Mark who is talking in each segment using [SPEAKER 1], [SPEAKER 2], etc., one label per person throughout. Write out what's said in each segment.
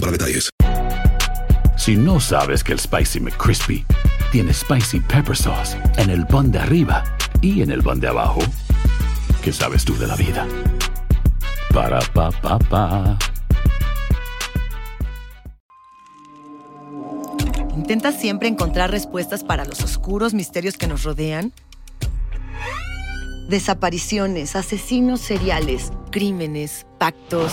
[SPEAKER 1] para detalles.
[SPEAKER 2] Si no sabes que el Spicy McCrispy tiene Spicy Pepper Sauce en el pan de arriba y en el pan de abajo, ¿qué sabes tú de la vida? Para, pa, pa, pa.
[SPEAKER 3] ¿Intentas siempre encontrar respuestas para los oscuros misterios que nos rodean? Desapariciones, asesinos seriales, crímenes, pactos.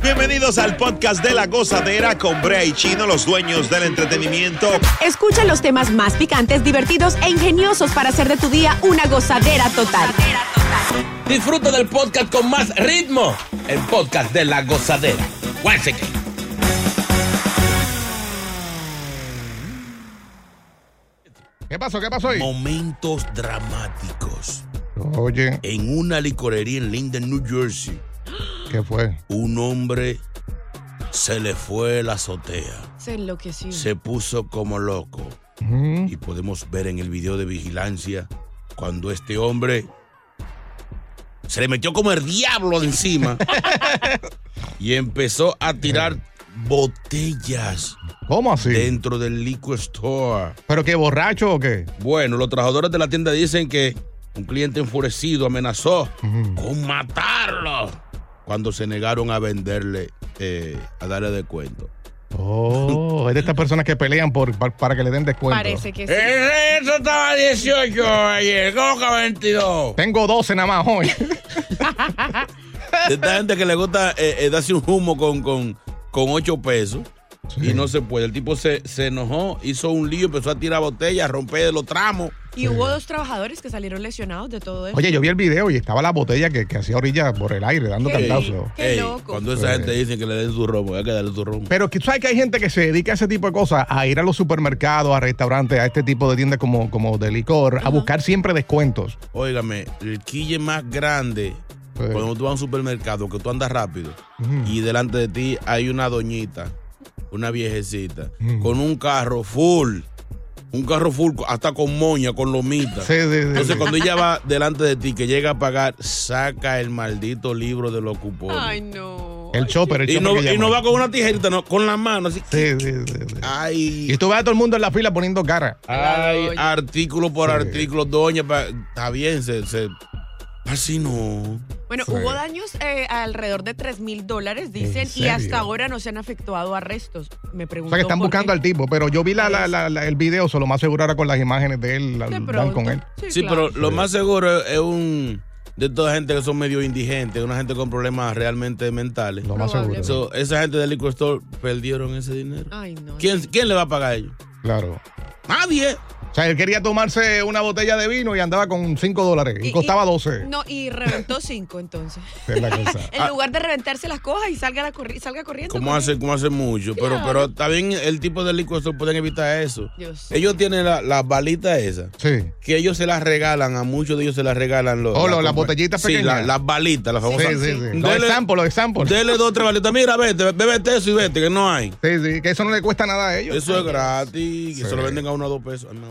[SPEAKER 4] Bienvenidos al podcast de la gozadera con Brea y Chino, los dueños del entretenimiento.
[SPEAKER 5] Escucha los temas más picantes, divertidos e ingeniosos para hacer de tu día una gozadera total.
[SPEAKER 6] Disfruta del podcast con más ritmo. El podcast de la gozadera. Guáseque.
[SPEAKER 7] ¿Qué pasó? ¿Qué pasó ahí?
[SPEAKER 6] Momentos dramáticos.
[SPEAKER 7] Oye,
[SPEAKER 6] En una licorería en Linden, New Jersey,
[SPEAKER 7] ¿qué fue?
[SPEAKER 6] un hombre se le fue la azotea.
[SPEAKER 5] Se enloqueció.
[SPEAKER 6] Se puso como loco. Y podemos ver en el video de vigilancia cuando este hombre se le metió como el diablo de encima y empezó a tirar botellas
[SPEAKER 7] ¿Cómo así?
[SPEAKER 6] dentro del liquor store.
[SPEAKER 7] ¿Pero qué, borracho o qué?
[SPEAKER 6] Bueno, los trabajadores de la tienda dicen que un cliente enfurecido amenazó con matarlo cuando se negaron a venderle, eh, a darle descuento.
[SPEAKER 7] Oh, es de estas personas que pelean por, pa- para que le den descuento.
[SPEAKER 5] Parece que sí.
[SPEAKER 6] Eh, Eso estaba 18 ayer, ¿cómo que 22?
[SPEAKER 7] Tengo 12 nada más hoy.
[SPEAKER 6] De esta gente que le gusta eh, eh, darse un humo con, con, con 8 pesos. Y no se puede. El tipo se, se enojó, hizo un lío, empezó a tirar botellas, a romper los tramos.
[SPEAKER 5] Y hubo dos trabajadores que salieron lesionados de todo esto.
[SPEAKER 7] Oye, yo vi el video y estaba la botella que, que hacía orilla por el aire, dando
[SPEAKER 5] Qué
[SPEAKER 7] cantazos.
[SPEAKER 5] rico. Qué loco.
[SPEAKER 6] Cuando esa gente dice que le den su romo, hay que darle su romo.
[SPEAKER 7] Pero que- tú sabes que hay gente que se dedica a ese tipo de cosas, a ir a los supermercados, a restaurantes, a este tipo de tiendas como, como de licor, a buscar siempre descuentos.
[SPEAKER 6] Óigame, el quille más grande, cuando tú vas a un supermercado, que tú andas rápido,
[SPEAKER 7] Mm.
[SPEAKER 6] y delante de ti hay una doñita, una viejecita,
[SPEAKER 7] Mm.
[SPEAKER 6] con un carro full, un carro full, hasta con moña, con lomita.
[SPEAKER 7] Sí, sí, sí,
[SPEAKER 6] Entonces,
[SPEAKER 7] sí.
[SPEAKER 6] cuando ella va delante de ti, que llega a pagar, saca el maldito libro de los cupones.
[SPEAKER 5] Ay, no.
[SPEAKER 7] El chopper, el
[SPEAKER 6] y,
[SPEAKER 7] chopper.
[SPEAKER 6] no,
[SPEAKER 7] que
[SPEAKER 6] y
[SPEAKER 7] llaman.
[SPEAKER 6] no va con una tijerita, no, con la mano, así.
[SPEAKER 7] Sí, sí, sí, sí.
[SPEAKER 6] Ay,
[SPEAKER 7] Y tú ves a todo el mundo en la fila poniendo cara.
[SPEAKER 6] ay,
[SPEAKER 5] doña.
[SPEAKER 6] artículo por
[SPEAKER 7] Sí.
[SPEAKER 6] artículo, doña, pa- está bien, se, se- así no.
[SPEAKER 5] Bueno,
[SPEAKER 7] Sí.
[SPEAKER 5] hubo daños eh, alrededor de 3 mil dólares, dicen,
[SPEAKER 7] ¿En
[SPEAKER 5] y
[SPEAKER 7] serio?
[SPEAKER 5] hasta ahora no se han efectuado arrestos. Me
[SPEAKER 7] O
[SPEAKER 5] pregunto.
[SPEAKER 7] sea que están
[SPEAKER 5] por
[SPEAKER 7] buscando
[SPEAKER 5] qué.
[SPEAKER 7] al tipo, pero yo vi la, la- la- la- el video, se lo más seguro era con las imágenes de él, la-
[SPEAKER 5] De
[SPEAKER 7] dan
[SPEAKER 5] pronto.
[SPEAKER 7] con él.
[SPEAKER 6] Sí,
[SPEAKER 5] claro.
[SPEAKER 6] pero lo más seguro es, es un de toda gente que son medio indigentes, una gente con problemas realmente mentales.
[SPEAKER 7] Lo más
[SPEAKER 5] Probable.
[SPEAKER 7] seguro.
[SPEAKER 6] So, esa gente del liquor store perdieron ese dinero.
[SPEAKER 5] Ay, no.
[SPEAKER 6] ¿Quién, quién le va a pagar a ellos?
[SPEAKER 7] Claro.
[SPEAKER 6] Nadie.
[SPEAKER 7] O sea, él quería tomarse una botella de vino y andaba con 5 dólares. Y,
[SPEAKER 5] Y-
[SPEAKER 7] costaba
[SPEAKER 5] y-
[SPEAKER 7] 12.
[SPEAKER 5] No, y reventó cinco entonces.
[SPEAKER 7] Es eh. la cosa. Ah.
[SPEAKER 5] En lugar de reventarse las cosas y salga, la corri- salga corriendo.
[SPEAKER 6] Como
[SPEAKER 5] con
[SPEAKER 6] hace, como hace mucho. Pero, pero también el tipo de liquor store pueden evitar eso.
[SPEAKER 5] Yo sé.
[SPEAKER 6] Ellos tienen la- las balitas esas.
[SPEAKER 7] Sí.
[SPEAKER 6] Que ellos se las regalan, a muchos de ellos se las regalan los.
[SPEAKER 7] Oh,
[SPEAKER 6] la
[SPEAKER 7] lo- las
[SPEAKER 6] compa-
[SPEAKER 7] botellitas
[SPEAKER 6] Sí, la-
[SPEAKER 7] pequeñas.
[SPEAKER 6] las balitas, las
[SPEAKER 7] Sí,
[SPEAKER 6] famosas.
[SPEAKER 7] sí, sí. Los
[SPEAKER 6] Dele-
[SPEAKER 7] examples, los examples.
[SPEAKER 6] Dele dos, tres balitas. Mira, vete, bébete eso y vete, que no hay.
[SPEAKER 7] Sí, sí, que eso no le cuesta nada a ellos.
[SPEAKER 6] Eso es gratis, que
[SPEAKER 7] Sí.
[SPEAKER 6] se lo venden a uno o dos pesos. Ay, más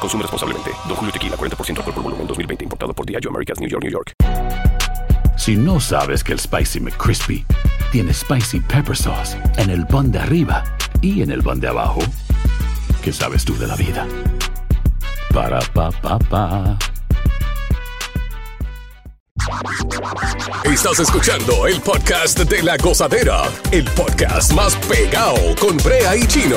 [SPEAKER 8] Consume responsablemente. Don Julio Tequila, 40% alcohol por volumen, 2020. Importado por Diageo Americas, New York, New York.
[SPEAKER 2] Si no sabes que el Spicy McCrispy tiene Spicy Pepper Sauce en el pan de arriba y en el pan de abajo, ¿qué sabes tú de la vida? Para, pa, pa, pa.
[SPEAKER 9] Estás escuchando el podcast de la gozadera, el podcast más pegado con Brea y Chino.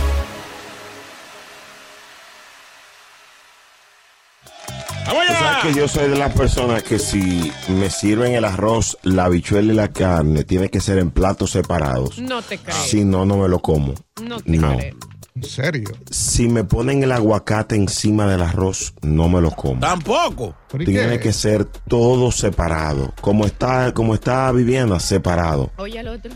[SPEAKER 10] O sea que yo soy de las personas que si me sirven el arroz, la habichuela y la carne, tiene que ser en platos separados.
[SPEAKER 11] No te creo.
[SPEAKER 10] Si no, no me lo como.
[SPEAKER 11] No te
[SPEAKER 10] No.
[SPEAKER 11] creo.
[SPEAKER 7] ¿En serio?
[SPEAKER 10] Si me ponen el aguacate encima del arroz, no me lo como.
[SPEAKER 6] Tampoco.
[SPEAKER 10] Tiene que ser todo separado. Como está, como está vivienda, separado.
[SPEAKER 11] Oye al otro.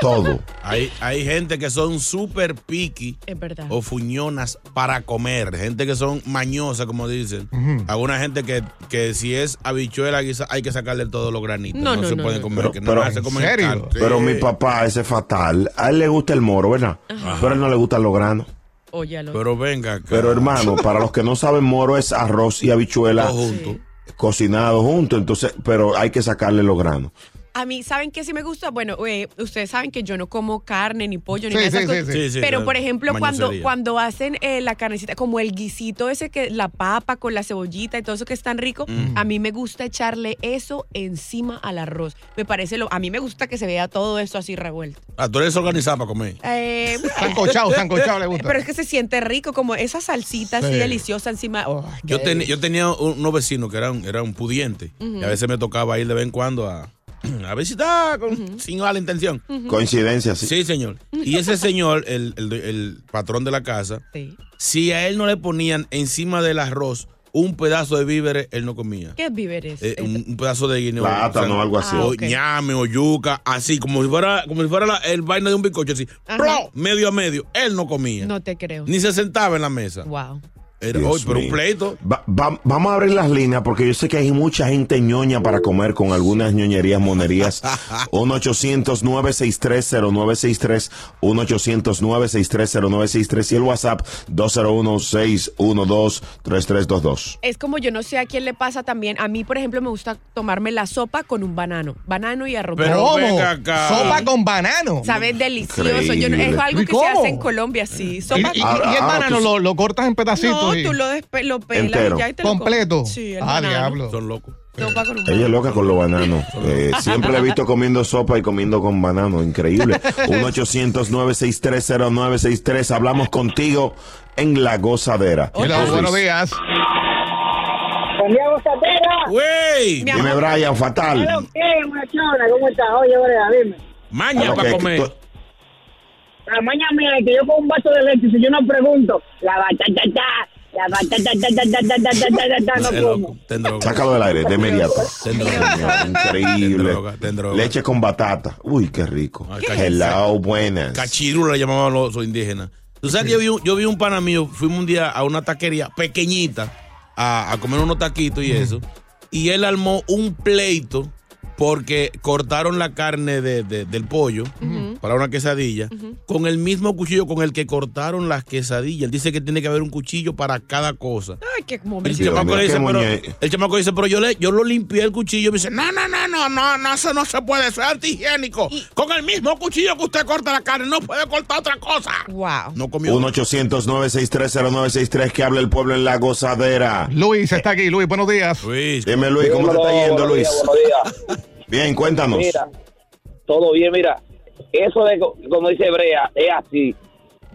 [SPEAKER 10] Todo.
[SPEAKER 6] Hay, hay gente que son súper piqui
[SPEAKER 11] Es verdad.
[SPEAKER 6] o fuñonas para comer. Gente que son mañosas, como dicen.
[SPEAKER 11] Ujú.
[SPEAKER 6] Alguna gente que, que si es habichuela, guisa, hay que sacarle todos los granitos. No,
[SPEAKER 11] No, no,
[SPEAKER 6] se
[SPEAKER 11] no,
[SPEAKER 6] pueden
[SPEAKER 11] no.
[SPEAKER 6] comer.
[SPEAKER 10] Pero,
[SPEAKER 6] que
[SPEAKER 10] pero-
[SPEAKER 6] nomás se comen el caldo.
[SPEAKER 10] pero
[SPEAKER 6] Sí.
[SPEAKER 10] mi papá, ese es fatal. A él le gusta el moro, ¿verdad?
[SPEAKER 11] Ajá.
[SPEAKER 10] Pero a él no le gustan los granos.
[SPEAKER 11] Oye al otro.
[SPEAKER 6] Pero venga, acá.
[SPEAKER 10] Pero hermano, para los que no saben, moro es arroz y habichuela
[SPEAKER 6] Todo junto.
[SPEAKER 10] cocinado junto, entonces, pero hay que sacarle los granos.
[SPEAKER 5] A mí, ¿saben qué sí me gusta? Bueno, eh, ustedes saben que yo no como carne, ni pollo, ni
[SPEAKER 10] Sí,
[SPEAKER 5] nada de
[SPEAKER 10] sí,
[SPEAKER 5] esas
[SPEAKER 10] sí,
[SPEAKER 5] cosas.
[SPEAKER 10] sí. Sí, sí,
[SPEAKER 5] Pero,
[SPEAKER 10] la
[SPEAKER 5] por ejemplo, cuando,
[SPEAKER 10] mañosería.
[SPEAKER 5] cuando hacen eh, la carnecita, como el guisito ese que la papa con la cebollita y todo eso que es tan rico,
[SPEAKER 11] Mm.
[SPEAKER 5] a mí me gusta echarle eso encima al arroz. Me parece lo. A mí me gusta que se vea todo eso así revuelto.
[SPEAKER 6] Ah, tú eres organizada para comer.
[SPEAKER 5] Eh, bueno.
[SPEAKER 6] Sancochado, sancochado le gusta.
[SPEAKER 5] Pero es que se siente rico, como esa salsita así
[SPEAKER 6] Sí.
[SPEAKER 5] deliciosa encima. Oh, qué
[SPEAKER 6] Yo, ten-
[SPEAKER 5] delicia.
[SPEAKER 6] yo tenía un- unos vecinos que eran, eran pudientes.
[SPEAKER 5] Ujú.
[SPEAKER 6] Y a veces me tocaba ir de vez en cuando a, a visitar con- sin mala intención.
[SPEAKER 10] Coincidencia, sí.
[SPEAKER 6] Sí, señor. Y ese señor, el, el- el patrón de la casa,
[SPEAKER 5] Sí.
[SPEAKER 6] si a él no le ponían encima del arroz un pedazo de víveres, él no comía.
[SPEAKER 5] ¿Qué víveres?
[SPEAKER 6] Eh, un, un pedazo de guineo.
[SPEAKER 10] Plátano,
[SPEAKER 6] o sea,
[SPEAKER 10] algo así. Ah,
[SPEAKER 6] O
[SPEAKER 10] ok.
[SPEAKER 6] ñame o yuca, así, como si fuera, como si fuera la- el vaina de un bizcocho, así.
[SPEAKER 5] Ajá.
[SPEAKER 6] ¡pro! Medio a medio. Él no comía.
[SPEAKER 5] No te creo.
[SPEAKER 6] Ni se sentaba en la mesa.
[SPEAKER 5] Wow.
[SPEAKER 6] Era,
[SPEAKER 10] Dios
[SPEAKER 6] "Oy, pero un
[SPEAKER 10] mío.
[SPEAKER 6] pleito.
[SPEAKER 10] Va- va- vamos a abrir las líneas porque yo sé que hay mucha gente ñoña
[SPEAKER 6] Uh.
[SPEAKER 10] para comer con algunas ñoñerías, monerías. 1-800-963-0963, 1-800-963-0963 y el WhatsApp 201-612-3322.
[SPEAKER 5] Es como yo no sé a quién le pasa también. A mí, por ejemplo, me gusta tomarme la sopa con un banano. Banano y arroz.
[SPEAKER 7] Pero
[SPEAKER 5] ¿Cómo?
[SPEAKER 7] ¿Cómo? Sopa con banano.
[SPEAKER 5] Sabe delicioso. Yo no- es
[SPEAKER 7] Increíble.
[SPEAKER 5] algo
[SPEAKER 7] ¿Y
[SPEAKER 5] que se hace
[SPEAKER 7] cómo?
[SPEAKER 5] en Colombia, sí.
[SPEAKER 7] Y,
[SPEAKER 5] Sopa
[SPEAKER 7] y- y
[SPEAKER 5] con-
[SPEAKER 7] el
[SPEAKER 10] Ah,
[SPEAKER 7] banano lo, lo cortas en pedacitos.
[SPEAKER 5] No,
[SPEAKER 7] y-
[SPEAKER 5] tú lo, despe- lo pelas
[SPEAKER 10] Entero.
[SPEAKER 5] y ya y te lo
[SPEAKER 7] completo.
[SPEAKER 5] comes. Sí, el
[SPEAKER 7] ah,
[SPEAKER 5] banano.
[SPEAKER 7] diablo.
[SPEAKER 6] Son locos.
[SPEAKER 5] Sopa con un
[SPEAKER 10] Ella es
[SPEAKER 5] banano.
[SPEAKER 10] loca con los bananos. Eh, siempre la he visto comiendo sopa y comiendo con banano. Increíble. 1-800-963-0963. Hablamos contigo en La Gozadera.
[SPEAKER 7] Hello, buenos días.
[SPEAKER 6] ¡Wey!
[SPEAKER 10] Dime, Brian, fatal.
[SPEAKER 12] ¿Qué, machona? ¿Cómo estás? Oye, Brea, dime.
[SPEAKER 10] A lo
[SPEAKER 6] Maña para
[SPEAKER 10] que-
[SPEAKER 6] comer.
[SPEAKER 12] La mañana mía es que yo con un vaso de leche, si yo no pregunto, la batata, ta, la batata, ta, ta, ta, ta, ta, ta, ta, ta, ta,
[SPEAKER 6] Es
[SPEAKER 12] no como.
[SPEAKER 6] loco, ten droga.
[SPEAKER 10] Sácalo del aire, de inmediato.
[SPEAKER 6] Ten droga. Ten
[SPEAKER 10] Increíble.
[SPEAKER 6] droga, ten droga.
[SPEAKER 10] Leche con batata. Uy, qué rico.
[SPEAKER 6] Ay, cállate.
[SPEAKER 10] Hello, buenas.
[SPEAKER 6] Cachiru le llamaban los, los indígenas. Tú sabes que yo vi, un- yo vi un pana mío, fuimos un día a una taquería pequeñita a, a comer unos taquitos y eso. Y él armó un pleito porque cortaron la carne de- de- del pollo para una quesadilla con el mismo cuchillo con el que cortaron las quesadillas. Él dice que tiene que haber un cuchillo para cada cosa.
[SPEAKER 5] Ay, qué
[SPEAKER 6] El
[SPEAKER 5] momento.
[SPEAKER 6] chamaco, le dice,
[SPEAKER 10] qué
[SPEAKER 6] pero,
[SPEAKER 10] muñe-
[SPEAKER 6] el chamaco dice, pero yo, le, yo lo limpié el cuchillo. Y me dice, no, no, no, no, no, no, eso no se puede, eso es antihigiénico. Con el mismo cuchillo que usted corta la carne, no puede cortar otra cosa.
[SPEAKER 5] Wow.
[SPEAKER 6] No comió.
[SPEAKER 10] 1-800-963-0963. Que habla el pueblo en La Gozadera.
[SPEAKER 7] Luis está aquí. Luis, buenos días.
[SPEAKER 10] Dime, Luis, ¿cómo te está
[SPEAKER 7] Dímelo,
[SPEAKER 10] yendo,
[SPEAKER 7] buenos
[SPEAKER 10] Luis?
[SPEAKER 7] días,
[SPEAKER 10] Bien, cuéntanos.
[SPEAKER 13] Mira, todo bien, mira. Eso de, co- como dice Brea, es así.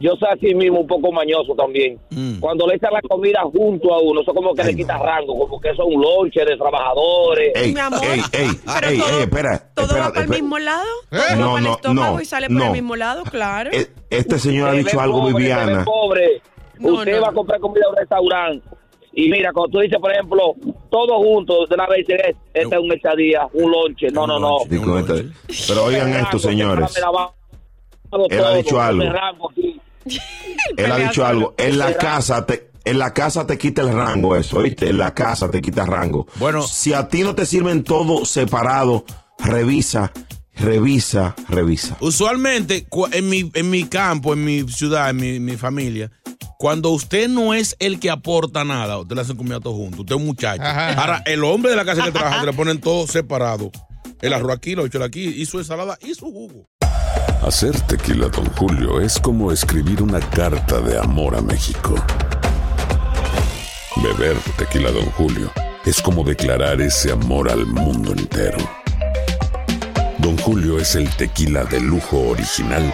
[SPEAKER 13] Yo soy así mismo un poco mañoso también.
[SPEAKER 10] Mm.
[SPEAKER 13] Cuando le echan la comida junto a uno, eso como que le quita rango, como que eso es un lonche de trabajadores.
[SPEAKER 10] Ey,
[SPEAKER 5] Mi amor,
[SPEAKER 10] ey, ey,
[SPEAKER 5] pero
[SPEAKER 10] ey,
[SPEAKER 5] todo-
[SPEAKER 10] ey, espera.
[SPEAKER 5] Todo
[SPEAKER 10] espera,
[SPEAKER 5] va para el
[SPEAKER 10] espera.
[SPEAKER 5] mismo lado.
[SPEAKER 10] ¿Eh?
[SPEAKER 5] Todo va
[SPEAKER 10] No,
[SPEAKER 5] para el
[SPEAKER 10] no,
[SPEAKER 5] estómago
[SPEAKER 10] no,
[SPEAKER 5] y sale por
[SPEAKER 10] no.
[SPEAKER 5] el mismo lado, claro.
[SPEAKER 10] Eh, Este señor ha
[SPEAKER 13] Se ve
[SPEAKER 10] dicho algo,
[SPEAKER 13] pobre, se ve
[SPEAKER 10] Viviana.
[SPEAKER 13] pobre.
[SPEAKER 5] No,
[SPEAKER 13] Usted
[SPEAKER 5] no,
[SPEAKER 13] va a
[SPEAKER 5] no.
[SPEAKER 13] comprar comida a un restaurante Y mira, cuando tú dices, por ejemplo, todos juntos, de una vez dices, este es un echadía, un lonche. No, no, no.
[SPEAKER 10] Digo, esta- este, Pero oigan esto, señores. Él ha dicho algo. Él ha dicho algo. En la casa te, en la casa te quita el rango eso, ¿oíste? En la casa te quita rango. Bueno. Si a ti no te sirven todo separado, revisa, revisa, revisa.
[SPEAKER 6] Usualmente, cua- en mi, en mi campo, en mi ciudad, en mi, mi familia, cuando usted no es el que aporta nada, usted le hacen comida todos juntos, usted es un muchacho.
[SPEAKER 4] Ajá.
[SPEAKER 6] Ahora, el hombre de la casa que trabaja, te le ponen todo separado. El arroz aquí, los habichuelas aquí, y su ensalada y su jugo.
[SPEAKER 14] Hacer tequila Don Julio es como escribir una carta de amor a México. Beber tequila Don Julio es como declarar ese amor al mundo entero. Don Julio es el tequila de lujo original,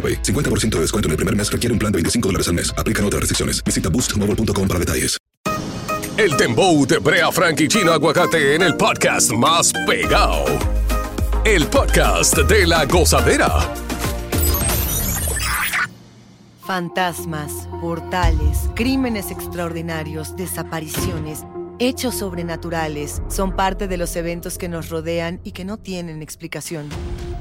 [SPEAKER 1] 50% de descuento en el primer mes requiere un plan de 25 dólares al mes. Aplican otras restricciones. Visita boostmobile.com para detalles.
[SPEAKER 9] El dembow de Brea Frank y Chino Aguacate en el podcast más pegado. El podcast de la gozadera.
[SPEAKER 3] Fantasmas, portales, crímenes extraordinarios, desapariciones, hechos sobrenaturales son parte de los eventos que nos rodean y que no tienen explicación.